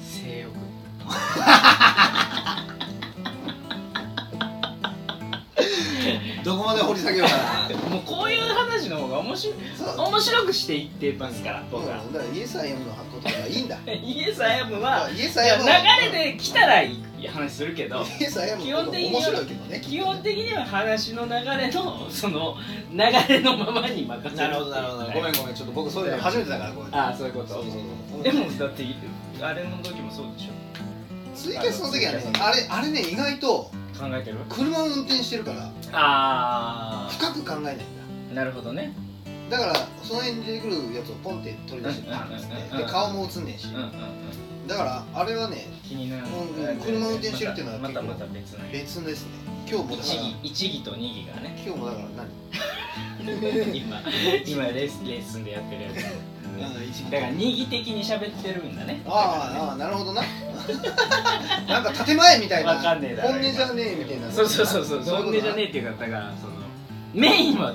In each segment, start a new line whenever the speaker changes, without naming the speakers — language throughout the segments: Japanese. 性欲
どこまで掘り下げようかな
もうこういう話の方が面白い
そう
面白くしていってますから
そう
僕
だ
は、
からイエス・アイアムの箱とかいいんだ
イエス・アイアムは
イエス・
い
アイ
や
アムの
流れで来たらいい話するけ ど
イエス・アイアムの箱面白いけどね
基本的には話の流れのその流れのままに任せ
なるほどなるほどごめんごめんちょっと僕そういうの初めてだからごめん
ああそういうこ
そ
と
うそうそう
でもだってあれの時もそうでしょ
ツイキャスの時はねあれあれね意外と
考えてる
車を運転してるから
あ
深く考えないんだ
あなるほどね
だからその辺に出てくるやつをポンって取り出してパンっつってで顔も映んねえし
うんうんうん
だからあれはね
気になる、
うんうん車運転してるっていうのは
ま
結
た
構
またまた別な一
別ですね今日もだから
義一義と二義がね
今日もだから何
今今レースレッスンでやってるやつ
うん一
うん
義
だから二義的に喋ってるんだね
ああああなるほどな なんか建前みたいな
わかんねえだろ
本音じゃねえみたいな
そうそうそうそう
そ
本
う
音
いうこと
じゃ
な
ねえっていうかだからそのメインは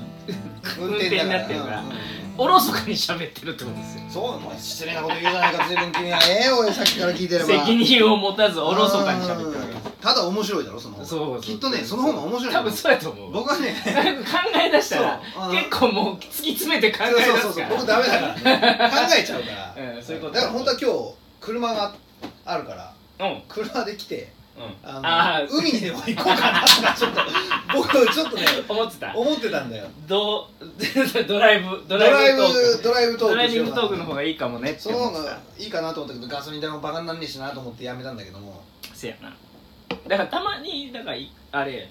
運転になってるから
うんうん
おろそかに喋ってるってことですよ
そうお前失礼なこと言うじゃないか随分君はええおいさっきから聞いてれば
責任を持たずおろそかに喋ってるわけです
ただ面白いだろその方が
そうそう
きっとねその方が面白い
多分そうやと思う
僕はね
なんか考え出したら
そううん
結構もう突き詰めて考え
そう
出
そうそう
す
そ
か
う
ら
僕ダメだから考えちゃうから
うんそういうこと
だから本当は今日車があるから
うんうん
車で来てあの
あー
海にでも行こうかなとかちょっと僕ちょっとね
思ってた
思ってたんだよ
ど うドライブド
ドラ
ライ
イ
ブトー
ブ
ク
ドライブトーク
ドライビングトークの
方
方がいいかもねって
その
思っ
方
て
が
た
いいかなと思ったけどガソリン代もバカになんねえしなと思ってやめたんだけども
せやなだからたまにだからいあれ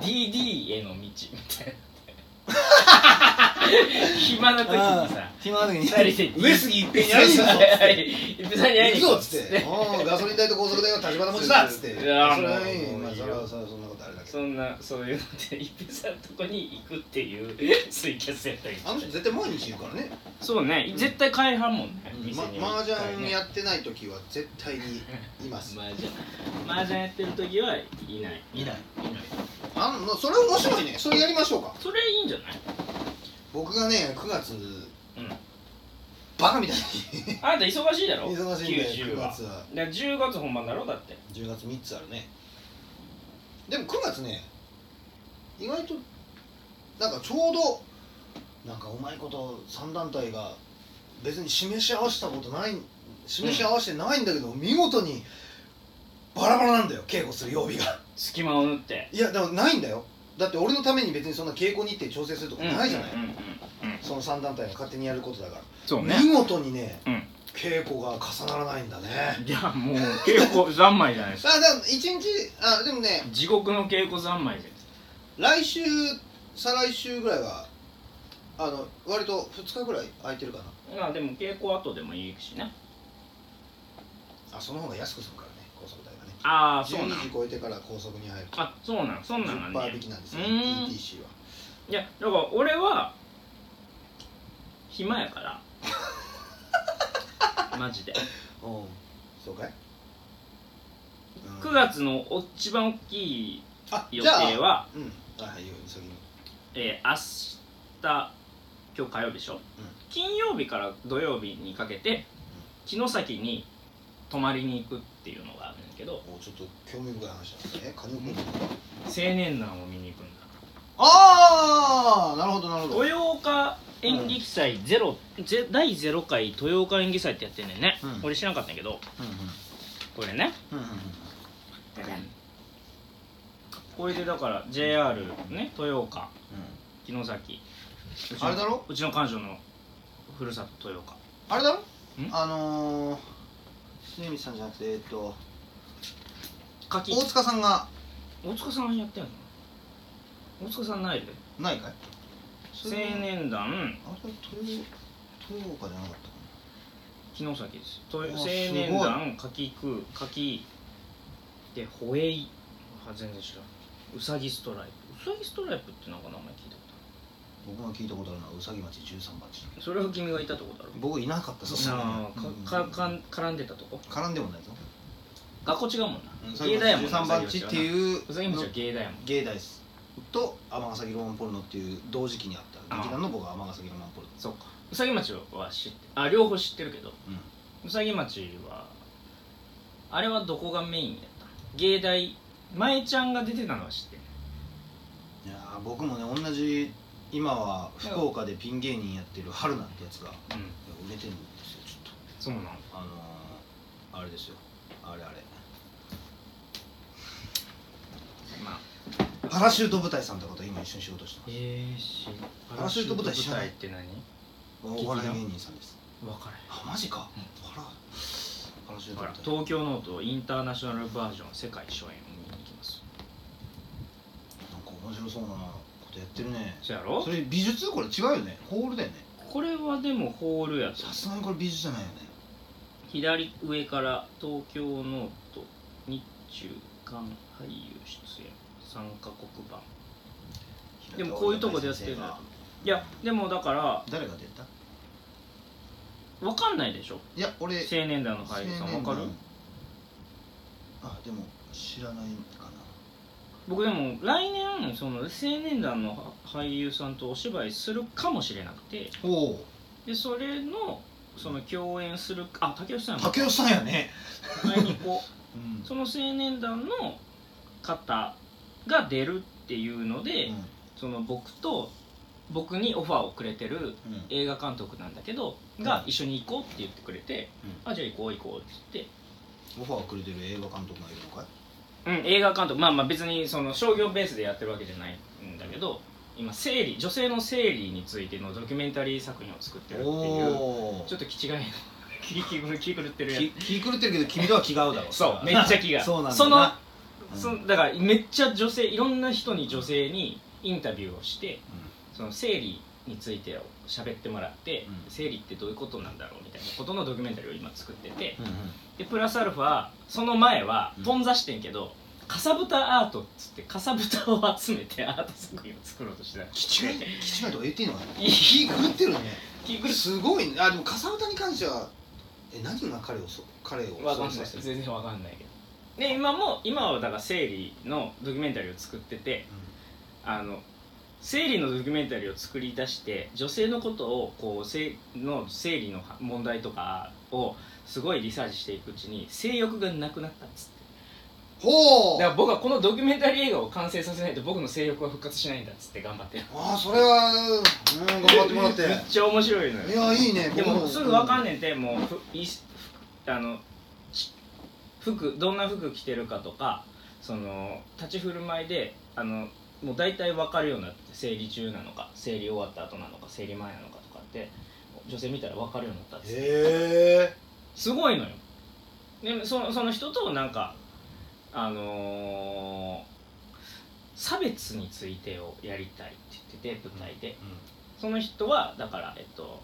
DD への道みたいな 暇な時にさ
暇な時に
二人で
上杉一平に
や
会い
る
に行くぞ
行
行く
く
ぞ
ぞ
っ
っ
つ
つっ
っててうんガソリン代と高速代は立花持ちだっつって
い
それ
やー
はいい
もう
まあ
いい
そ
よ
れはそれはそんなことあれだけど
そんなそういうので一平さんのとこに行くっていうツイキャスやったり
あの人絶対毎日いるからね
そうね絶対買いはんもんね店に
マージャン
ね
やってない時は絶対にいます
マージャン マージャンやってる時はいない
いない
いない
あのそれ面白いねそれやりましょうか
それいいんじゃない
僕がね9月
うん
バカみたい
あんた忙しいだろ
に忙しいんで
九州
9
は
月は
だから10月本番だろだって
10月3つあるねでも9月ね意外となんかちょうどなんかうまいこと3団体が別に示し合わせたことない示し合わせてないんだけど、見事にバラバラなんだよ稽古する曜日が
隙間を縫って
いやでもないんだよだって俺のために別にそんな稽古日程調整するとかないじゃない、
うんうんうんうん
その3団体が勝手にやることだから
そうね
見事にね、
うん
稽古が重ならないんだね
いやもう稽古三昧じゃないですか
あでも一日あでもね
地獄の稽古三昧じゃないですか
来週再来週ぐらいはあの割と2日ぐらい空いてるか
まあでも稽古後でもいいしね
なあその方が安くするからね高速代がね
ああそうなん
12時超えてから高速に入ると
あそうなんそんなんが
10%
ね
引きなんですよ
うーん
ETC はい
やだから俺は暇やから マジで
うんそうかい、うん
9月のお一番大きい
あ
予
じゃあ
定は、
うんあはいいいよ先に
えー明日今日火曜日でしょ、金曜日から土曜日にかけて城崎に泊まりに行くっていうのがあるんだけど
もうちょっと興味深い話なんですね金子君
青年団を見に行くんだ
ああなるほどなるほど
豊岡演劇祭ゼロ、ぜ第0回豊岡演劇祭ってやってんねんね、
うん
俺知らなかったんやけ
う
どこれね
んうんうんうん
これでだから JR ね豊岡
う
城崎うち
ん
の
あれだろ
うちの彼女のふるさと豊岡
あれだろ
ん
あのー末光さんじゃなくてえっと
柿
大塚さんが
大塚さんやってんの大塚さんないで
ないかい
青年団
あれ豊豊岡じゃなかったか
城崎ですと青
わ
年団柿食う柿でホエイあ全然知らんウサギストライプウサギストライプってなんか名前聞いたこ
な
とあ
僕が聞いたことあるのはうさぎ町13番地
るそれは君がいたとこだろ
僕いなかったっすね
なあ
うん
かかかん絡んでたとこ
絡んでもないぞ
学校違うもんな
う
芸大やもんな
13番地って
う
いう
ウサギ道は芸大やもん
芸大ですと尼崎ロマンポルノっていう同時期にあった劇団の僕は尼崎ロマンポルノ
そうかうさぎ町は知ってあ両方知ってるけど
うん
うさぎ町はあれはどこがメインやった芸大前ちゃんが出てたのは知ってる
いやー僕もね同じ今は福岡でピン芸人やってる春菜ってやつがいや
うん
売れてるんですよちょっ
そうなの
とあのー、あれですよあれあれ
まあ
パラシュート部隊さんとかと今一緒に仕事してます
えー、し
パラシュート部隊知らない
って何
お笑い芸人さんです
分からへん
あマジか、
うん
パラパラシュー
ほら
ト部隊
東京ノートインターナショナルバージョン世界初演を見に行きます
なんか面白そうなことやってるね
そやろ
それ美術これ違うよねホールだよね
これはでもホールやと
さすがにこれ美術じゃないよね
左上から東京ノート日中韓俳優出演参加国版でもこういうとこでやってるの
平田
いやでもだから
誰が出た
分かんないでしょ
いや俺
青年団の俳優さん分かる
あでも知らないかな
僕でも来年その青年団の俳優さんとお芝居するかもしれなくて
おお
でそれのその共演するあ竹内さんや
竹雄さんやね
前にこう
うん
その青年団の方が出るっていうので、
うん
その僕と僕にオファーをくれてる
うん
映画監督なんだけどが一緒に行こうって言ってくれて、あじゃあ行こう行こうって
オファーをくれてる映画監督がいるのかい
言って、うん、映画監督まあまあ別にその商業ベースでやってるわけじゃないんだけど今生理女性の生理についてのドキュメンタリー作品を作ってるっていう
おお
ちょっと気違いの 気気狂気狂ってるや
気気狂ってるけど君とは気が合うだろ
つそうめっちゃ気が
そうなんだ
その
なうん
そのだからめっちゃ女性いろんな人に女性にインタビューをして、その生理についてを喋ってもらって、
うん
生理ってどういうことなんだろうみたいなことのドキュメンタリーを今作ってて
うんうん
でプラスアルファその前は
うん
頓挫してんけど、かさぶたアートっつってかさぶたを集めてアート作品を作ろうとしてた
気違い気違いとか言っていいのかない
い
気狂って るね
気苦し
すごいねあでも笠歌に関してはえ何が彼をそ彼を
いわかん
そ
な
うさ
い
せる
全然わかんないけどで今も今はだから生理のドキュメンタリーを作っててあの生理のドキュメンタリーを作り出して女性のことをこう生の生理の問題とかをすごいリサーチしていくうちに性欲がなくなったんですって
ほう
だから僕はこのドキュメンタリー映画を完成させないと僕の性欲は復活しないんだっつって頑張ってる
ああそれはうん頑張ってもらって
めっちゃ面白いの
い
よ
やいいね
で
僕
もすぐ分かんねんてもうふいふあのし服どんな服着てるかとかその立ち振る舞いであのもう大体分かるようになって生理中なのか生理終わった後なのか生理前なのかとかって女性見たら分かるようになったんですよ
へえ
すごいのよでそのその人となんかあのー差別についてをやりたいって言ってて舞台でその人はだからえっと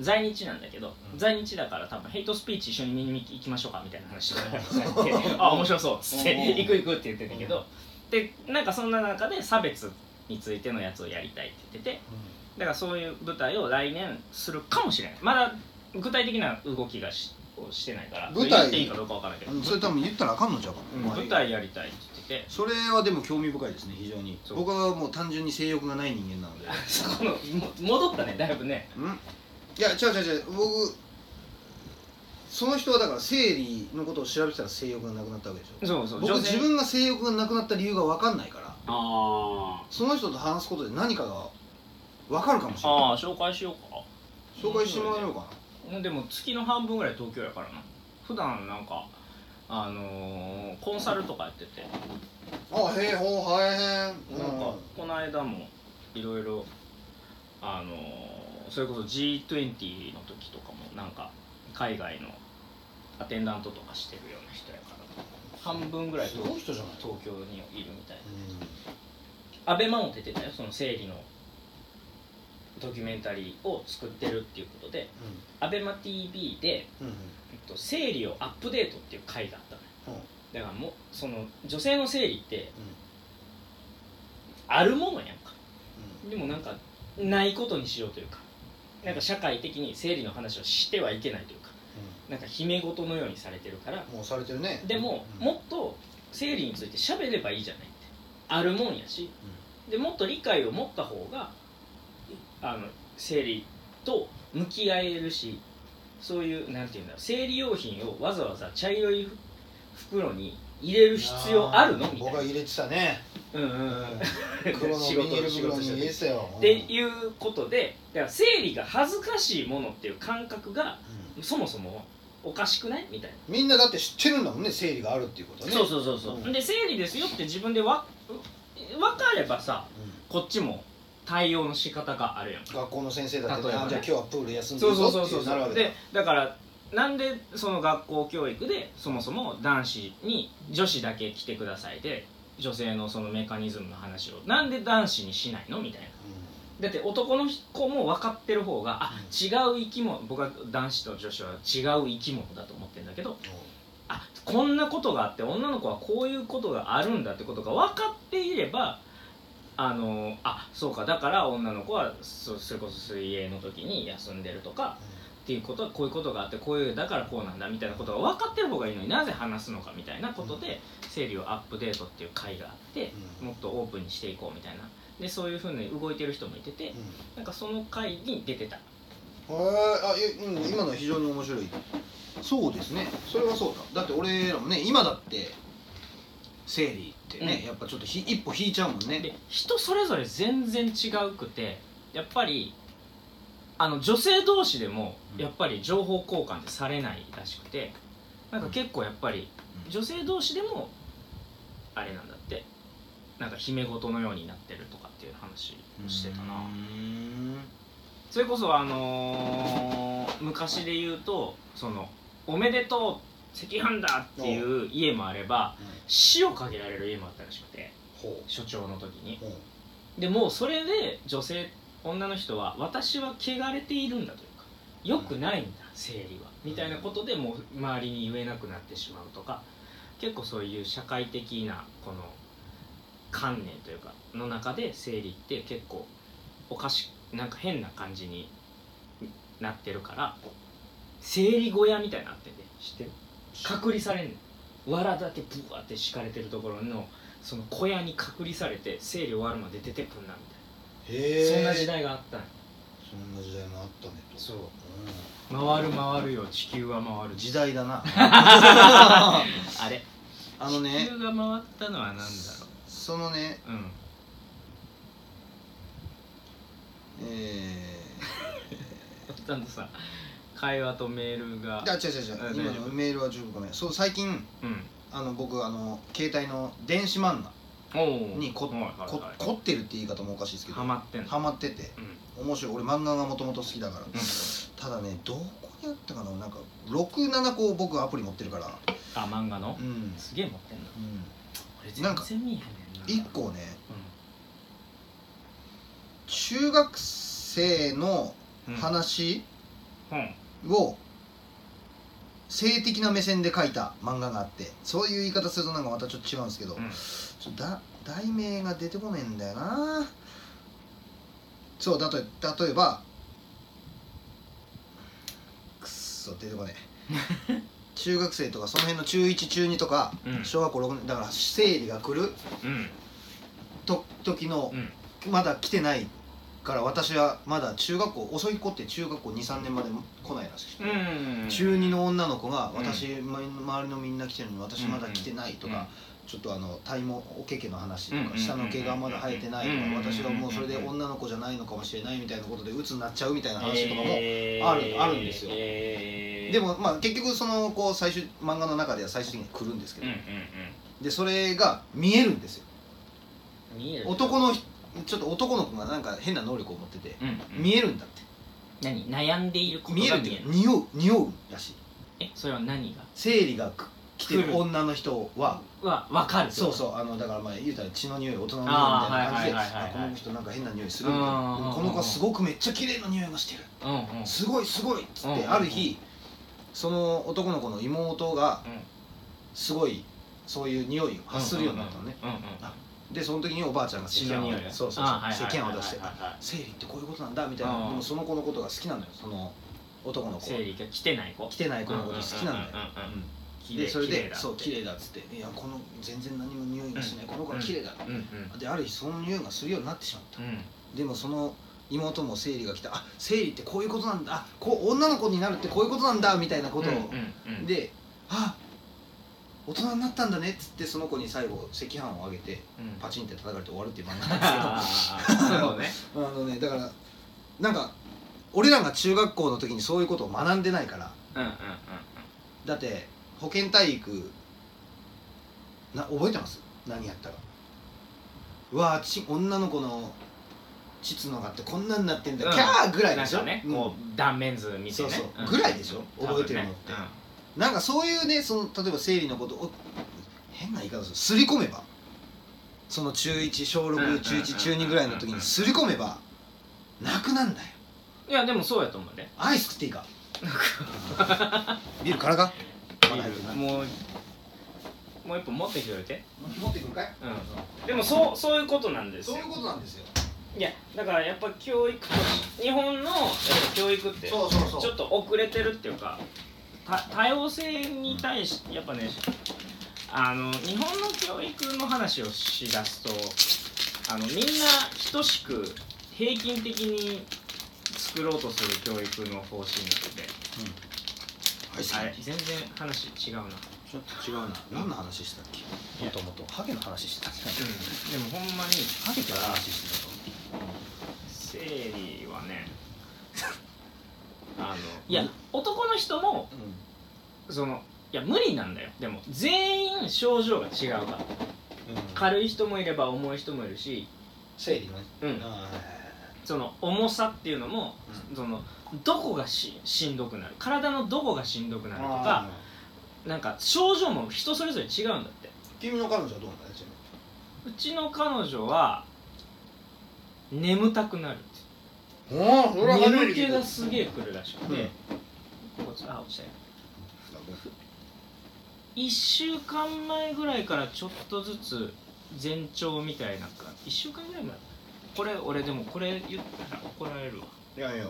在日なんだけど、
うん
在日だから多分ヘイトスピーチ一緒に見に行きましょうかみたいな話をされて あ面白そうっつって
うん
行く行くって言ってたけどでなんかそんな中で差別についてのやつをやりたいって言っててだからそういう舞台を来年するかもしれないまだ具体的な動きがしをしてないから
舞台
それ言っていいかどうかわからないけど、
うんそれ多分言ったらあかんのちゃうか
うん
な
舞台やりたいって言ってて
それはでも興味深いですね非常に
そう
僕はもう単純に性欲がない人間なの で
あそこのも戻ったねだいぶね
うんいや違う違う違う僕その人はだから生理のことを調べてたら性欲がなくなったわけでしょ
そうそう
僕
女性
自分が性欲がなくなった理由が分かんないから
あー
その人と話すことで何かが分かるかもしれない
あー紹介しようか
紹介してもらえようかな
でも月の半分ぐらい東京やからな普段なんかあのーコンサルとかやってて
あへえほうはえへん
なんかこの間もいろいろあのーそれこそ G20 の時とかもなんか海外のアテンダントとかしてるような人やから半分ぐらい
す
東
ごい人じゃない
東京にいるみたいな安倍マも出てたよその生理のドキュメンタリーを作ってるっていうことでアベマ t v で
うんうん
えっと生理をアップデートっていう回があったのよ
うん
だからもうその女性の生理ってあるものやんかでもなんかないことにしようというかなんか社会的に生理の話をしてはいけないというかなんか姫事のようにされてるから
うんもうされてるね
でも
うん
もっと生理について喋ればいいじゃないってあるもんやしでもっと理解を持った方があの生理と向き合えるしそういうなんていうんだろう生理用品をわざわざ茶色い袋に入れる必要あるのみたい
僕は入れてたね、
な、うんうん うん、
黒のビニール袋に入れてたよ
っていうことでだから生理が恥ずかしいものっていう感覚が
うん
そもそもおかしくないみたいな、
みんなだって知ってるんだもんね生理があるっていうことね
そう
う、
そうそうそう、
ん
で生理ですよって自分でわ分かればさこっちも対応の仕方があるやん
ん、学校の先生だって、
例えばね
あじゃあ今日はプール休んで
そう
る
そ
ぞ
うそう
っていうう
そ
なるわけだ
でだからなんでその学校教育でそもそも男子に女子だけ来てくださいで女性のそのメカニズムの話をなんで男子にしないのみたいなだって男の子も分かってる方があ
うん
違う生き物僕は男子と女子は違う生き物だと思ってるんだけどあこんなことがあって女の子はこういうことがあるんだってことが分かっていればあのあそうかだから女の子はそそれこそ水泳の時に休んでるとかっていうことはこういうことがあってこういうだからこうなんだみたいなことが分かってる方がいいのになぜ話すのかみたいなことで生理をアップデートっていう会があって
うん
もっとオープンにしていこうみたいなでそういうふうに動いてる人もいてて
うんうん
なんかその会に出てた
へーあいやうん、今のは非常に面白いそうですねそれはそうだだって俺らもね今だって生理ってね、
うん
やっぱちょっとひ一歩引いちゃうもんね
で人それぞれ全然違うくてやっぱりあの女性同士でも
うん
やっぱり情報交換ってされないらしくてなんか結構やっぱり
うん
女性同士でもあれなんだってなんか姫事のようになってるとかっていう話をしてたな
うー
それこそあのー昔で言うとその「おめでとう赤飯だ!」っていう家もあれば
ん
死をかけられる家もあったらしくて
ほ
所長の時に
うほう
でもうそれで女性女の人は私は汚れているんだというか良くないんだ生理はみたいなことでもう周りに言えなくなってしまうとか結構そういう社会的なこの観念というかの中で生理って結構おかしなんか変な感じになってるから生理小屋みたいになってて知ってる隔離されんねん藁だけブワーって敷かれてるところのその小屋に隔離されて生理終わるまで出てくんなみたい
へ
な、
え
そんな時代があったんよ
そんな時代もあったねと
そう
う
回る回るよ地球は回
ん
る
時代だ な
あれ
あの
地
ね
球が回ったのは何だろ
そのね
ううん
え
ちゃんとさ会話とメールが
ー、あ違
あ
う
大
違う違う
丈
今
夫
のメールは十分ごめんそう最近
うん
あの僕あの携帯の電子漫
お
画
お
にこ,、こ凝ってるって言い方もおかしいですけど
ハマってんの
ハマってて
うん
面白い俺漫画がもともと好きだから、
うん
ただねどこにあったかななんか67個僕アプリ持ってるから
あ漫画の
うん、うん、
すげえ持ってんの俺
なんか
全然見えへんねんな
1個ね中学生の
うんうん
話
うん
を性的な目線で書いた漫画があってそういう言い方するとなんかまたちょっと違うんですけど、
うん
ちょっとだ題名が出てこねえんだよなそうだと例えばくっそ出てこね え中学生とかその辺の中1中2とか、
うん
小学校6年だから生理が来る
うん
と時の
うん
まだ来てないから私はまだ中学校遅い子って中学校23年まで来ないらしくて、
うん
中2の女の子が
うん
私、ま周りのみんな来てるのに私まだ来てないとか、ちょっとあの体毛おけけの話とか、
うん
下の毛がまだ生えてないとか、
うん
私はもうそれで女の子じゃないのかもしれないみたいなことで鬱になっちゃうみたいな話とかも、あるあるんですよ
えー
でもまあ結局そのこう最終漫画の中では最終的に来るんですけ
うん
ど
うん、
でそれが見えるんですよ
うん見える
男の人ちょっと男の子がなんか変な能力を持ってて、
うんうん
見えるんだって
何悩んでいることが
見
見
え
え
る
る
っていうか匂う匂うらしい
えそれは何が
生理がく来て
来
る
る
女の人は
は分かる
そう
う
そうあのだからまあ言うたら血の匂い大人の匂いみ
あー
たいな感じで
はいはいはいはい
あこの人なんか変な匂いするみたいな
うん
でもこの子はすごくめっちゃ綺麗な匂いがしてる
うんうん
すごいすごいっつっ
うん
てある日その男の子の妹がすごいそういう匂いを発するようになったのね
うんうん
でその時におばあちゃんが
血の匂いね
そうそう
あーはいはい
そう
はい
世間を出して
はいはいはい
生理ってこういうことなんだみたいな
うん
でもその子のことが好きなのよその男の子
生理が来てない子
来てない子のこと好きなんだよ
うんうんうんうんうん
うん
綺麗
でそれ
綺麗
で
だ
そう綺麗だっつっていやこの全然何も匂いがしない、この子は綺麗だ、
うんうん
である日その匂いがするようになってしまった、
うん
でもその妹も生理が来たあ生理ってこういうことなんだあこう女の子になるってこういうことなんだみたいなことを、
うんうんうん
であ大人になったんだねっつってその子に最後赤飯をあげて
うん
パチンって叩かれて終わるっていう漫画なんですけど
あー なるほどね
あのねだからなんか俺らが中学校の時にそういうことを学んでないから
うんうんうん
だって保健体育な覚えてます何やったかうわあち女の子の膣のがってこんなになってんだ、
うん
キャーぐら
う
い
ん
で
なん
しょ
かね
うん
こう断面図見てね
そうそうんぐらいでしょ覚えてるのって
多分ね
なんかそういうねその例えば生理のことを変な言い方するすり込めばその中1小
うんうんうん
6
うん
中1中2ぐらいの時にすり込めばなくなんだよ
うんいやでもそうやと思うね
アイス食っていい かビールからかまだ入ってない
もうもう一本持ってきておいて
持ってくるかい
でもそうそういうことなんです
そう
よ
いうことなんですよ
いやだからやっぱ教育と日本のやっぱ教育って
そうそうそう
ちょっと遅れてるっていうかた多様性に対してやっぱねあの日本の教育の話をしだすとあのみんな等しく平均的に作ろうとする教育の方針なので
アイス
あれ全然話違うな、うん、で
ちょっと違うな何の話してたっけ
い
も
や
ともとハゲの話してたんじゃない
もほんまに
ハゲから話してたと思う
生理はね あのい
うん
や男の人もそのいや無理なんだよでも全員症状が違うから
か
軽い人もいれば重い人もいるし、
生理のね
うん、その重さっていうのもそのどこがししんどくなる体のどこがしんどくなるとか
あ
なんか症状も人それぞれ違うんだって
ー君の彼女はどうなんだよちなみに
うちの彼女は眠たくなるって
おおそれは初めて聞
眠気
いた
がすげえくるらしくて、
うん
こっちあ落ちたよ1週間前ぐらいからちょっとずつ前兆みたいなか1週間ぐらい前これ俺でもこれ言ったら怒られるわ
いやいや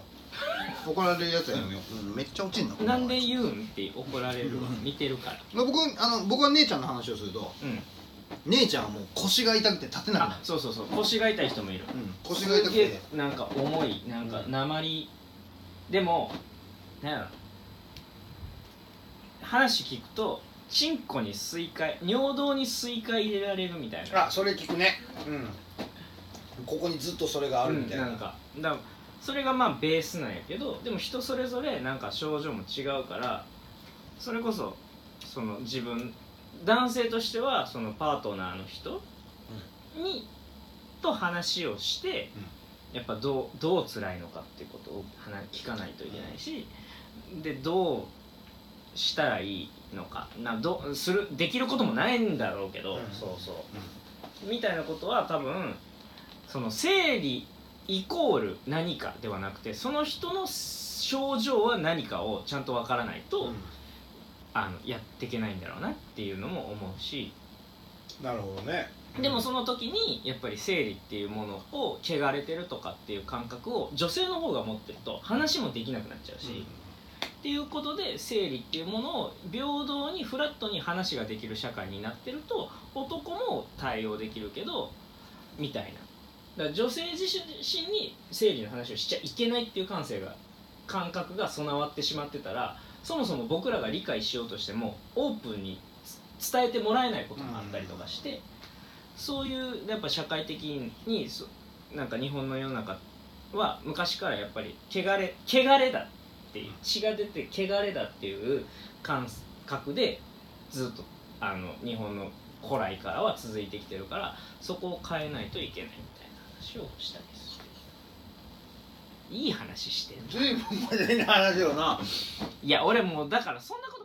怒られるやつはやめよう、うんめっちゃ落ちんなこの話
なんで言うんって怒られるわ見てるから
まあ僕あの僕は姉ちゃんの話をすると
うん
姉ちゃんはもう腰が痛くて立てなくな
あそうそうそう腰が痛い人もいる
る、うん、腰が痛く
すげ
て
えなんか重いなんか
うん
鉛、でもなんやろ話聞くとチンコにスイカ尿道にスイカ入れられるみたいな
あそれ聞くねうんここにずっとそれがあるみたいな,、
うん、なんかだからそれがまあベースなんやけどでも人それぞれなんか症状も違うからそれこそその自分男性としてはそのパートナーの人に、と話をして、やっぱどうどう辛いのかっていうことを話聞かないといけないし、でどうしたらいいのかなどうするできることもないんだろうけど、
うん
そうそうみたいなことは多分その生理イコール何かではなくてその人の症状は何かをちゃんとわからない
う
と、あのやっていけないんだろうなっていうのも思うし
ん、なるほどね
でもその時にやっぱり生理っていうものを汚れてるとかっていう感覚を女性の方が持ってると話もできなくなっちゃうし、っていうことで生理っていうものを平等にフラットに話ができる社会になってると男も対応できるけどみたいなだから女性自身に生理の話をしちゃいけないっていう感性が感覚が備わってしまってたらそもそも僕らが理解しようとしてもオープンにつ伝えてもらえないこともあったりとかしてそういうやっぱ社会的にそなんか日本の世の中は昔からやっぱり汚れ汚れだっていう血が出て汚れだっていう感覚でずっとあの日本の古来からは続いてきてるからそこを変えないといけないみたいな話をしたりするいい話してる
ずいぶん真面目な話よない
や俺もうだからそんなこと